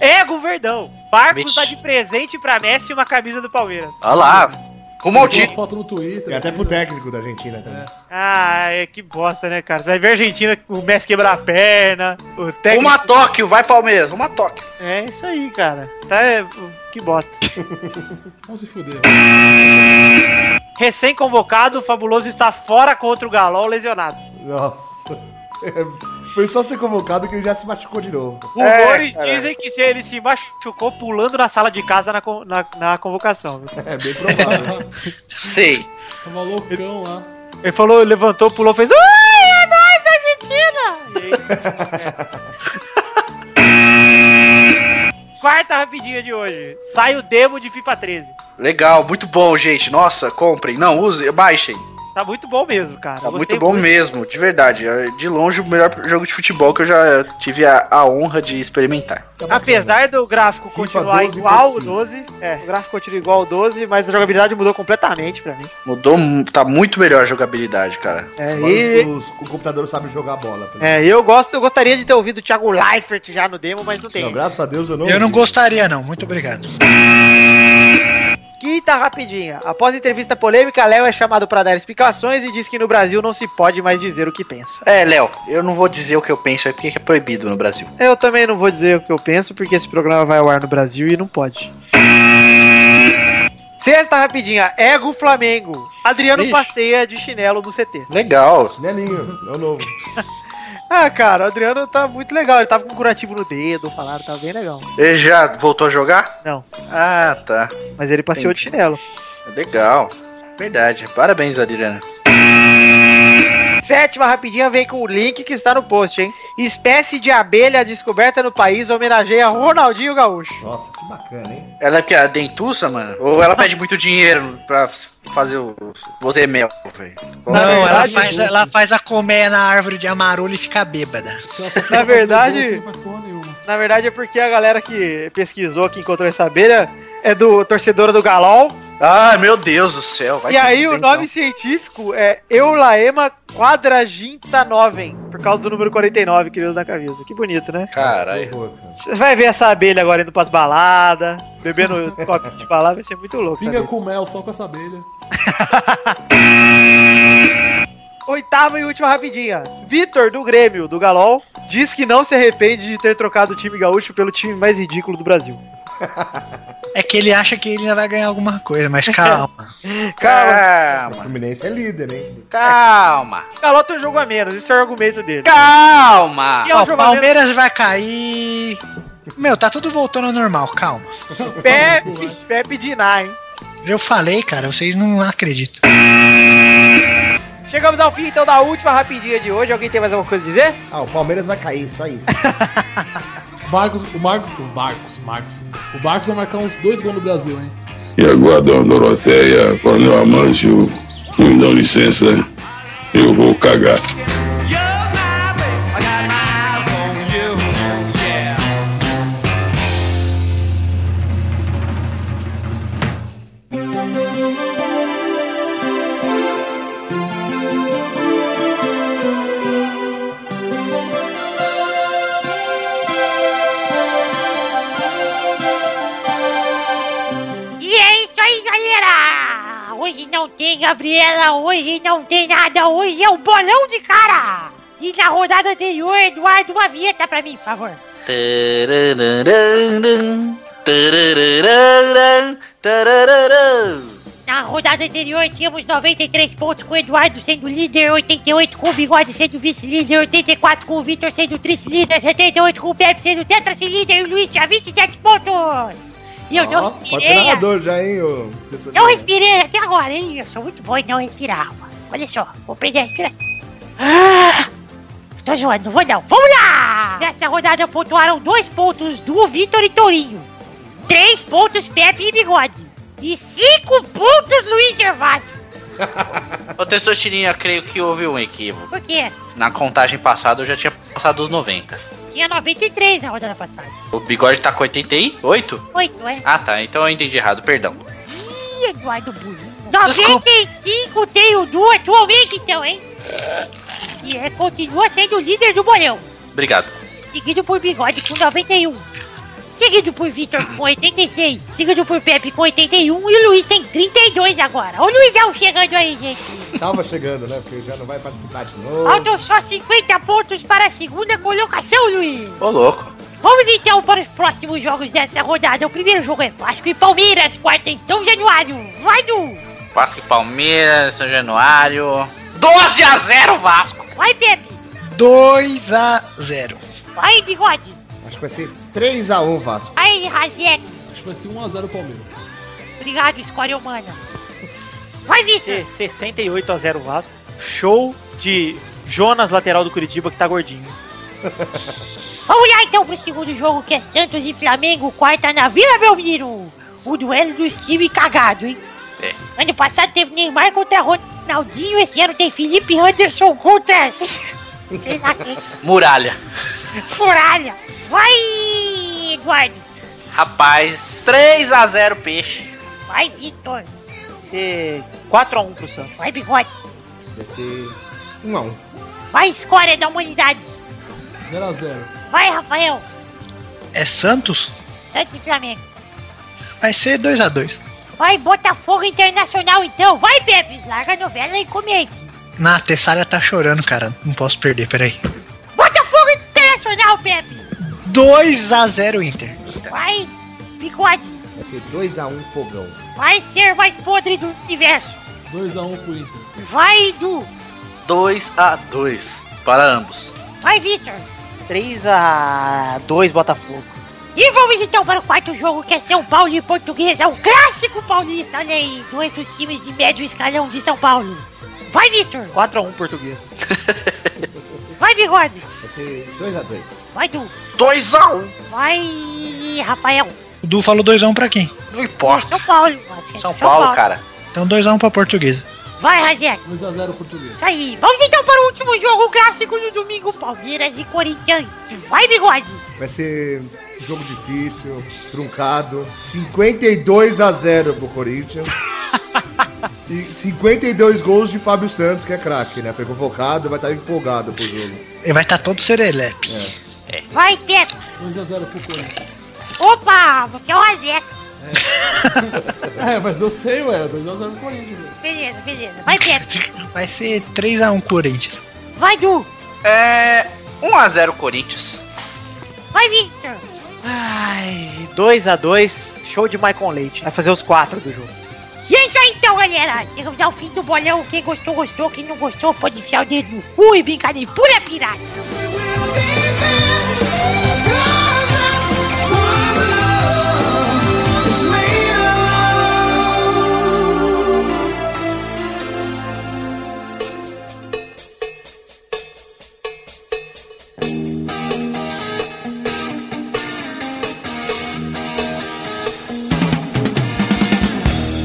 Ego Verdão. Barcos
Vixe.
dá de presente pra Messi uma camisa do Palmeiras.
Olha lá, como
Colocou
Altino.
foto no Twitter.
E até pro técnico da Argentina também.
Ah, é que bosta, né, cara? Você vai ver a Argentina, o Messi quebrar a perna, o técnico...
Uma Tóquio, vai Palmeiras, uma Tóquio.
É isso aí, cara. Tá, é, que bosta.
Vamos se fuder.
Recém-convocado, o Fabuloso está fora contra o Galol lesionado.
Nossa. É, Foi só ser convocado que ele já se machucou de novo.
É,
Rumores dizem que se ele se machucou pulando na sala de casa na, con- na, na convocação.
É bem provável.
Sei.
Tava loucão lá.
Ele falou, levantou, pulou, fez. Ui, é nóis, Argentina! E aí- é. Quarta rapidinha de hoje. Sai o demo de FIFA 13.
Legal, muito bom, gente. Nossa, comprem. Não, usem, baixem.
Tá muito bom mesmo, cara.
Tá
Gostei
muito bom mesmo, de verdade. É, De longe, o melhor jogo de futebol que eu já tive a, a honra de experimentar.
Tá
Apesar do gráfico
FIFA
continuar
12,
igual ao
sim.
12, é, o gráfico continua igual ao 12, mas a jogabilidade mudou completamente pra mim.
Mudou, mu- tá muito melhor a jogabilidade, cara.
É,
Agora
e,
os- os- o computador sabe jogar bola. por exemplo.
é, eu gosto, eu gostaria de ter ouvido o Thiago Leifert já no demo, mas não tem.
Não, graças a Deus eu não.
Eu não
vi.
gostaria, não. Muito obrigado.
Quinta rapidinha. tá Após entrevista polêmica, Léo é chamado pra dar explicações e diz que no Brasil não se pode mais dizer o que pensa.
É, Léo, eu não vou dizer o que eu penso aí, porque é proibido no Brasil.
Eu também não vou dizer o que eu penso, porque esse programa vai ao ar no Brasil e não pode. Sexta rapidinha, ego Flamengo. Adriano
Ixi.
passeia de chinelo no CT.
Legal.
Chinelinho, é o novo.
Ah, cara, o Adriano tá muito legal. Ele tava com curativo no dedo, falaram, tá bem legal.
Ele já voltou a jogar?
Não.
Ah, tá.
Mas ele passeou de chinelo.
Legal. Verdade. Parabéns, Adriana.
Sétima rapidinha vem com o link que está no post, hein? Espécie de abelha descoberta no país homenageia Ronaldinho Gaúcho.
Nossa, que bacana, hein?
Ela é que a dentuça, mano? Ou ela pede muito dinheiro pra f- fazer o você é mel, velho? Qual
não,
é?
ela,
verdade,
faz, ela faz a colmeia na árvore de amarula e fica bêbada.
Na
Doce
verdade,
assim, não faz porra nenhuma.
na verdade é porque a galera que pesquisou, que encontrou essa abelha, é do torcedora do Galol.
Ah, meu Deus do céu. vai
e
se
aí
fuder,
o nome científico é Eulaema quadraginta novem, por causa do número 49 que ele usa na camisa. Que bonito, né?
então. Caralho.
Que horror, cara.
Você vai ver essa abelha agora indo pras baladas, bebendo um copo de balada, vai ser muito louco. né?
Pinga
sabe?
com mel, só com essa abelha.
Oitava e última rapidinha. Vitor, do Grêmio, do Galol, diz que não se arrepende de ter trocado o time gaúcho pelo time mais ridículo do Brasil.
É que ele acha que ele ainda vai ganhar alguma coisa, mas calma.
Calma,
O
Calma,
Fluminense é líder, hein?
calma,
o Galol tem um jogo a menos, esse é o argumento dele.
calma.
E é um
Ó,
jogo a menos,
Palmeiras vai cair. Meu, tá tudo voltando ao normal, calma.
Pepe, Pepe Diná, hein?
Eu falei, cara, vocês não acreditam.
Chegamos ao fim, então, da última rapidinha de hoje. Alguém tem mais alguma coisa a dizer?
Ah, o Palmeiras vai cair, só isso.
Marcos, o Marcos, o Marcos, Marcos. O Marcos vai marcar uns dois gols no Brasil, hein?
E agora, dona Doroteia, Coronel Amâncio, me dão licença, eu vou cagar.
E é isso aí, galera! Hoje não tem Gabriela, hoje não tem nada, hoje é o bolão de cara! E na rodada anterior, Eduardo, uma vinheta pra mim, por favor.
Tarararam, tarararam, tarararam.
Na rodada anterior, tínhamos 93 pontos com o Eduardo sendo líder, 88 com o Bigode sendo vice-líder, 84 com o Vitor sendo trice-líder, 78 com o Pepe sendo tetra-líder e o Luiz tinha 27 pontos! E eu não
Nossa, pode ser
respirei,
narrador já, hein? ô.
não respirei até agora, hein? Eu sou muito bom em não respirar. Olha só, vou prender a respiração. Ah! Tô zoando, não vou não. Vamos lá! Nesta rodada pontuaram dois pontos do Vitor e Tourinho. Três pontos Pepe e Bigode. E cinco pontos Luiz Gervásio.
Ô, Testosterinha, creio que houve um equívoco.
Por quê?
Na contagem passada eu já tinha passado os 90.
Tinha 93 na rodada passada.
O bigode tá com 88?
Oito, é?
Ah, tá. Então eu entendi errado, perdão.
Ih, Eduardo Burro. 95 tem o Du atualmente então, hein? E é, continua sendo o líder do bolão.
Obrigado.
seguido por Bigode com 91. Seguido por Vitor com 86. Seguido por Pepe com 81. E o Luiz tem 32 agora. Olha O Luizão chegando aí, gente.
Tava chegando, né? Porque já não vai participar de novo.
Faltam só 50 pontos para a segunda colocação, Luiz.
Ô, louco.
Vamos então para os próximos jogos dessa rodada. O primeiro jogo é Vasco e Palmeiras, quarta em São Januário. Vai, Du!
Vasco e Palmeiras, São Januário. 12 a 0 Vasco.
Vai, Pepe!
2 a 0
Vai, Bigode!
Acho que vai ser 3x1, Vasco.
Vai, Razek!
Acho que vai ser 1x0 Palmeiras.
Obrigado, escolha humana. Vai, Vitor!
Se- 68 a 0 Vasco. Show de Jonas, lateral do Curitiba, que tá gordinho.
Vamos lá então pro segundo jogo que é Santos e Flamengo, quarta na Vila Belmiro. O duelo dos times cagado, hein? Ano passado teve Neymar contra Ronaldinho, esse ano tem Felipe Anderson contra. Sei lá quem.
Muralha.
Furalha! Vai, Eduardo!
Rapaz, 3 a 0 Peixe.
Vai, Vitor!
Ser 4x1 pro Santos.
Vai, bigode!
Vai ser 1x1.
Vai, escória da humanidade!
0x0.
Vai, Rafael!
É Santos?
Santos e Flamengo!
Vai ser 2 a 2
Vai, Botafogo Internacional então! Vai, Pepe! Larga a novela e comente!
Na Tessália tá chorando, cara. Não posso perder, peraí.
Botafogo Internacional, Pepe!
2 a 0 Inter.
Vai, bigode!
Vai ser 2x1, fogão.
Vai ser mais podre do universo!
2x1 pro Inter.
Vai, Du!
2 a 2 para ambos.
Vai, Vitor!
3x2 Botafogo.
E vamos então para o quarto jogo que é São Paulo e Portuguesa, o clássico paulista, olha aí, dois dos times de médio escalão de São Paulo. Vai, Vitor!
4x1 português.
Vai, Bigode!
Vai ser 2x2.
Vai, Du!
2 a 1.
Vai, Rafael!
O Du falou 2 a 1 pra quem?
Não importa.
São Paulo! acho que é
São Paulo, cara.
Então 2 a 1 pra Portuguesa.
Vai, Razek!
2x0 Português.
Isso aí! Vamos então para o último jogo o clássico do domingo, Palmeiras e Corinthians! Vai, Bigode!
Vai ser jogo difícil, truncado. 52x0 pro Corinthians. E 52 gols de Fábio Santos, que é craque, né? Foi convocado, vai estar empolgado pro jogo.
Ele vai estar tá todo serelepe.
Vai, Pepe!
2x0 pro Corinthians.
Opa! Você é o Razek!
É, mas eu sei, ué. 2x0 pro Corinthians. velho.
Beleza, beleza! Vai, Pepe!
Vai ser 3 a 1 Corinthians.
Vai, Du!
É 1 a 0 Corinthians.
Vai, Victor!
Ai, 2x2. Show de Maicon Leite. Vai fazer os 4 do jogo.
E é isso aí então, galera. Chegamos ao fim do bolão. Quem gostou, gostou. Quem não gostou, pode enfiar o dedo no cu e brincar de pura pirata.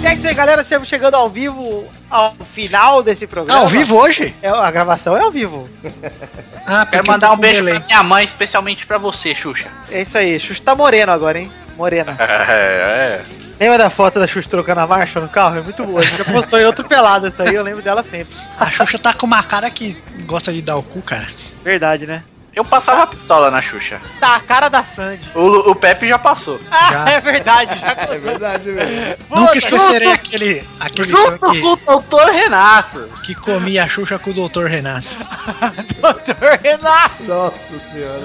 E é isso aí, galera. Estamos chegando ao vivo, ao final desse
Tá
programa.
Ao vivo hoje?
É, a gravação é ao vivo.
Quero
Ah, porque
mandar um
eu
beijo
delay.
pra minha mãe, especialmente pra você, Xuxa.
É isso aí. Xuxa tá moreno agora, hein? Morena.
É, é.
Lembra da foto da Xuxa trocando a marcha no carro? É muito boa. A gente já postou em outro pelado essa aí. Eu lembro dela sempre.
A Xuxa tá com uma cara que gosta de dar o cu, cara.
Verdade, né?
Eu passava a pistola na Xuxa.
Tá, a cara da Sandy.
O, Lu- o Pepe já passou.
Ah,
Já.
é verdade. Já
É verdade mesmo.
Nunca esquecerei aquele, aquele
Junto
fã
com o doutor Renato.
que, que comia a Xuxa com o Dr. Renato.
Doutor Renato.
Nossa senhora.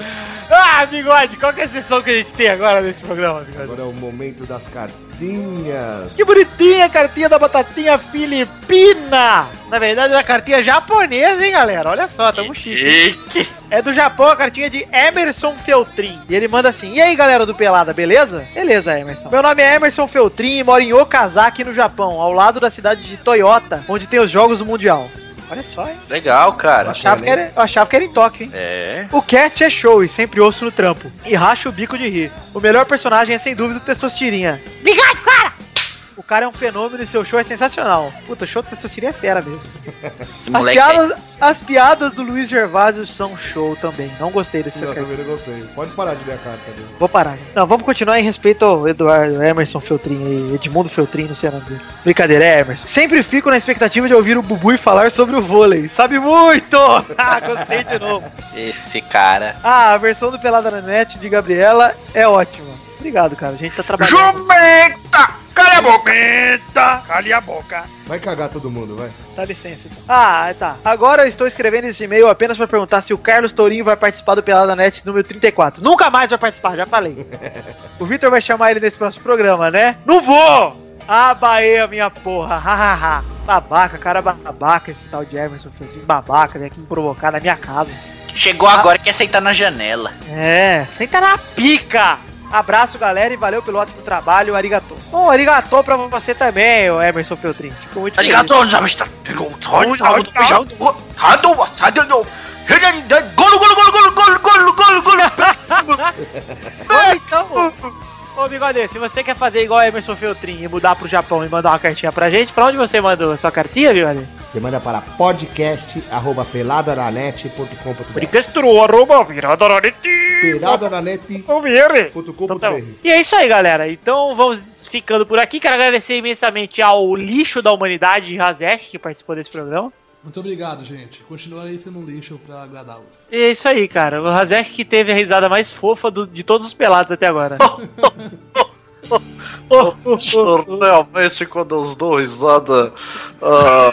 Ah, bigode. Qual que é a sessão que a gente tem agora nesse programa, bigode?
Agora é o momento das cartinhas.
Que bonitinha a cartinha da batatinha filipina! Na verdade, é uma cartinha japonesa, hein, galera? Olha só, tamo chique.
Chique.
É do Japão a cartinha de Emerson Feltrin. E ele manda assim: E aí, galera do Pelada, beleza? Beleza, Emerson. Meu nome é Emerson Feltrin e moro em Okazaki, no Japão, ao lado da cidade de Toyota, onde tem os jogos do Mundial.
Olha só, hein?
Legal, cara.
Achava que era, eu achava que era em toque, hein?
É.
O Cast é show e sempre ouço no trampo. E racha o bico de rir. O melhor personagem é sem dúvida o Testosterinha.
Obrigado, cara!
O cara é um fenômeno e seu show é sensacional. Puta, o show do Testosterinha é fera mesmo.
Esse
As
é-
moleque aí.
piadas, as piadas do Luiz Gervásio são show também. Não gostei desse
Eu
cara.
também não gostei. Pode parar de ler a carta né? dele.
Vou parar. Não, vamos continuar em respeito ao Eduardo Emerson Feltrin e Edmundo Feltrin, não sei o nome dele. Brincadeira, é Emerson. Sempre fico na expectativa de ouvir o Bubu e falar sobre o vôlei. Sabe muito! Ah, gostei de novo.
é Esse cara.
Ah, a versão do Pelada na Net de Gabriela é ótima. Obrigado, cara. A gente tá trabalhando.
Jumenta! Cala a boca! Jumenta! Cala a boca!
Vai cagar todo mundo, vai.
Dá licença. então. Ah, tá. Agora eu estou escrevendo esse e-mail apenas pra perguntar se o Carlos Tourinho vai participar do Pelada Net número 34. Nunca mais vai participar, já falei. o Vitor vai chamar ele nesse próximo programa, né? Não vou! Ah, Bahia, minha porra. Hahaha. babaca, cara babaca esse tal de Emerson. Fernandes. Babaca, vem aqui me provocar na minha casa.
Chegou agora e quer sentar na janela.
É, senta na pica! Abraço, galera, e valeu pelo ótimo trabalho, arigatô. Bom, arigatô pra você também, ô Emerson Feltrin. Fico
Tá
muito feliz.
Arigatou, Zabista. Arigatou, Zabista. Arigatou, Arigatou, Arigatou. Golo, golo, golo, golo, golo, golo, golo, golo.
Ou então, ô- ô Bigode, se você quer fazer igual Emerson Feltrin e mudar pro Japão e mandar uma cartinha pra gente, pra onde você mandou a sua cartinha, Bigode?
Você manda para podcast.peladananet.com.br
Orquestrou, arroba, virada,
peladananet.com.br
E é isso aí, galera. Então vamos ficando por aqui. Quero agradecer imensamente ao lixo da humanidade, Razek, que participou desse programa.
Muito obrigado, gente. Continuarei sendo um lixo pra agradá-los.
E é isso aí, cara. O Razek que teve a risada mais fofa do- de todos os pelados até agora.
Realmente, quando eu dou risada, ah,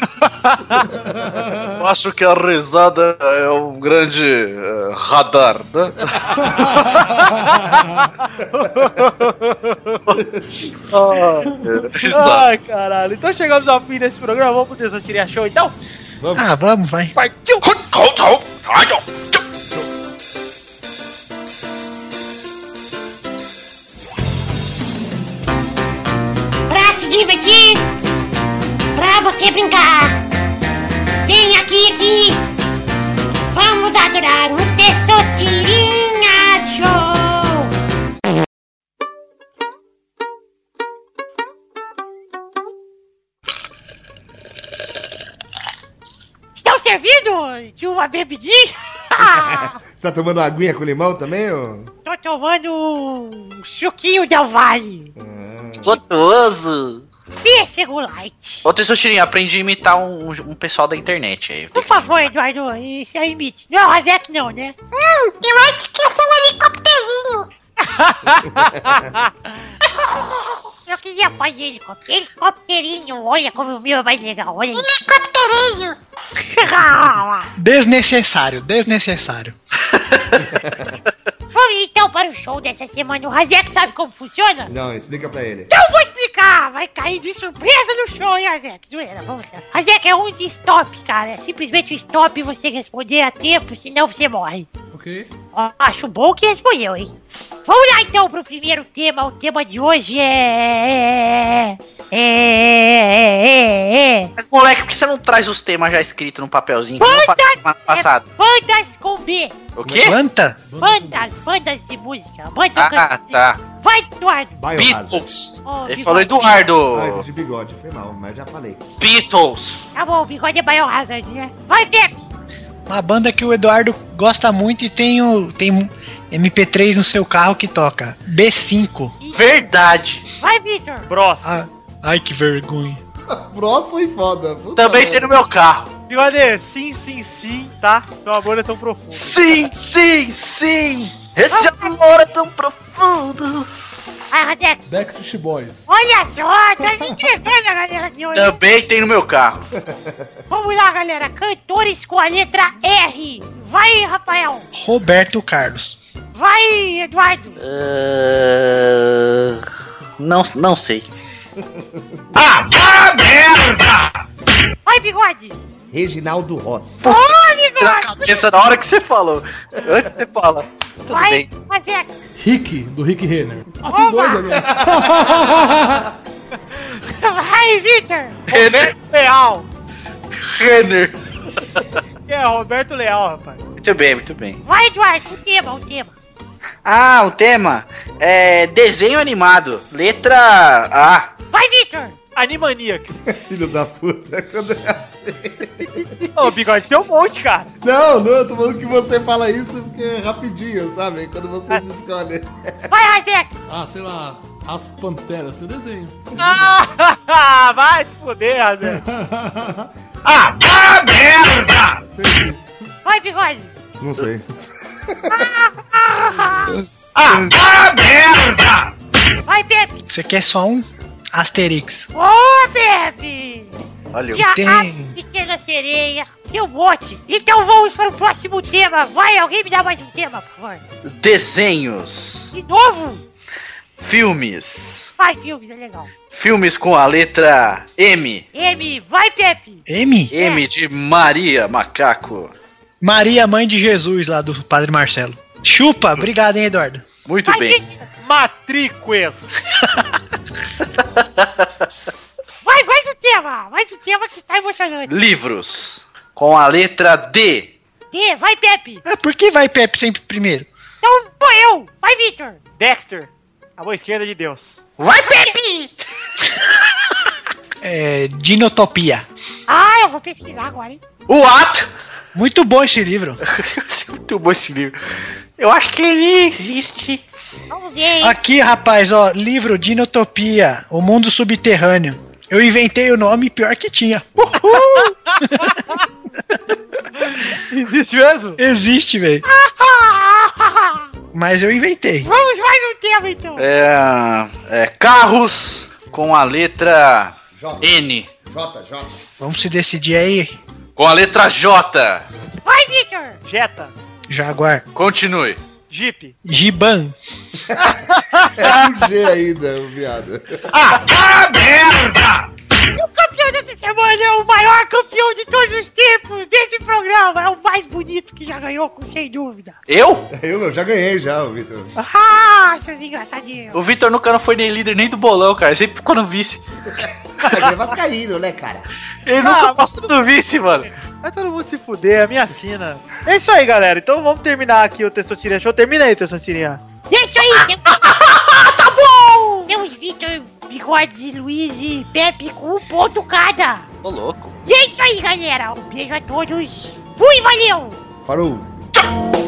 eu acho que a risada é um grande eh, radar, né? risada.
Ai, caralho. Então chegamos ao fim desse programa. Vamos pro Deus Tiria Show, então?
Ah, vamos, vai.
Partiu!
Pra se divertir, pra você brincar. Vem aqui, aqui. Vamos adorar o Testosterinha Show. Estão servindo de uma bebidinha?
Você tá tomando aguinha com limão também, ô?
Tô tomando um suquinho da Vale.
Gostoso.
Pêssego light.
Ô, Tessuchirinho, aprendi a imitar um, um pessoal da internet aí.
Por favor, Eduardo, isso aí imite. Não, Razek não, né? Hum, eu acho que esse é um helicópterinho. eu queria fazer helicóptero. Helicópterinho, olha como o meu é mais legal, olha Helicópterinho.
Desnecessário, desnecessário.
Vamos então para o show dessa semana. O Razek sabe como funciona?
Não, explica pra ele.
Então eu vou explicar! Vai cair de surpresa no show, hein, Azek? Zoeira, vamos lá. Azek é um de stop, cara. É simplesmente o stop e você responder a tempo, senão você morre.
Ok?
Ó, Acho bom que respondeu, hein? Vamos lá então pro primeiro tema. O tema de hoje é. É. É. é- é-
Mas, moleque, por que você não traz os temas já escritos num papelzinho? que eu
Quantas-
falei semana passada?
é, Bandas com B.
O quê?
Planta?
Bandas, bandas de música. Bandas
Ah, tá.
Vai, Eduardo.
Biohazard.
Beatles.
Ó,
Ele
Bigode.
falou
Ah,
Eduardo.
de bigode, foi mal, mas já falei.
Beatles.
Tá bom, o bigode é Biohazard, né? Vai, Pepe.
Uma banda que o Eduardo gosta muito e tem o tem MP3 no seu carro que toca. B5.
Verdade.
Vai, Victor.
Bros.
Ah, ai que vergonha.
Próximo e foda. Puta
Também tem
merda.
no meu carro.
Bigode, sim, sim, sim, tá? Meu amor é tão profundo.
Sim, sim, sim. Esse amor é tão profundo.
Vai, Razek.
Backstreet Boys.
Olha só, tá me entregando a galera de hoje.
Também tem no meu carro.
Vamos lá, galera. Cantores com a letra R. Vai, Rafael.
Roberto Carlos.
Vai, Eduardo.
Ah, não, não sei.
Vai, Bigode.
Reginaldo Rossi.
Ô,
Na
Bigode.
cabeça na hora que você falou. Antes você fala. Tudo
Vai,
bem.
fazer.
Rick, do Rick Renner. Tem dois
Oba.
aliás.
Vai, Victor.
Renner.
Real.
Renner.
É, Roberto Leal, rapaz.
Muito bem, muito bem.
Vai, Eduardo, um tema, um tema.
Ah, o tema é desenho animado. Letra A.
Vai, Victor!
Animaniacs.
Filho da puta, quando é assim.
Ô, bigode, tem um monte, cara.
Não, não, eu tô falando que você fala isso porque é rapidinho, sabe? Quando você se escolhe.
Vai, Isaac!
Ah, sei lá, as panteras, tem um desenho.
Ah, vai se fuder, Razé.
Ah, ah merda!
Vai, bigode!
Não sei.
Ah, ah merda!
Vai, Pepe!
Você quer só um? Asterix.
Ô, Pepe!
Olha,
Já
tenho.
a pequena sereia, seu bote. Então vamos para o próximo tema. Vai, alguém me dá mais um tema, por favor.
desenhos,
De novo?
filmes,
Vai, filmes, é legal.
filmes com a letra M.
M, vai, Pepe.
M?
M de Maria Macaco.
Maria, mãe de Jesus, lá do Padre Marcelo. Chupa, obrigado, hein, Eduardo.
Muito
Vai,
bem.
Victor.
Matrículas.
Vai, mais um tema. Mais um tema que está emocionante.
Livros com a letra D.
D, vai, Pepe.
Ah, por que vai Pepe sempre primeiro?
Então vou eu. Vai, Victor.
Dexter. A mão esquerda de Deus.
Vai, Pepe!
É. Dinotopia.
Ah, eu vou pesquisar agora, hein.
What?
Muito bom esse livro.
Muito bom esse livro. Eu acho que ele existe.
Vamos ver, hein.
Aqui, rapaz, ó, livro Dinotopia, O Mundo Subterrâneo. Eu inventei o nome pior que tinha. Uhul!
Existe mesmo?
Existe, velho. Mas eu inventei.
Vamos mais um tema, então.
É, é, carros com a letra
J,
N.
J, J.
Vamos se decidir aí,
Com a letra J.
Vai, Victor.
Jetta.
Jaguar.
Continue.
Jeep.
Giban.
É com G ainda, o viado.
Ah, merda!
O campeão dessa semana é o maior campeão de todos os tempos desse programa. É o mais bonito que já ganhou, com- sem dúvida.
Eu?
Eu, eu já ganhei já, o Vitor.
Ah, seus engraçadinhos.
O Vitor nunca não foi nem líder nem do bolão, cara. Sempre ficou no vice.
Mas é vascaíno, né, cara?
Ele nunca passou do vice, mano.
Ah, Vai todo mundo se fuder, a minha sina. É isso aí, galera. Então vamos terminar aqui o Testostirinha Show. Termina aí o Testostirinha.
Deixa aí, tem... tá bom! Temos Vitor, Bigode, Luiz e Pepe com um ponto cada.
Ô, louco.
E é isso aí, galera. Um beijo a todos. Fui, valeu!
Farou.
Tchau!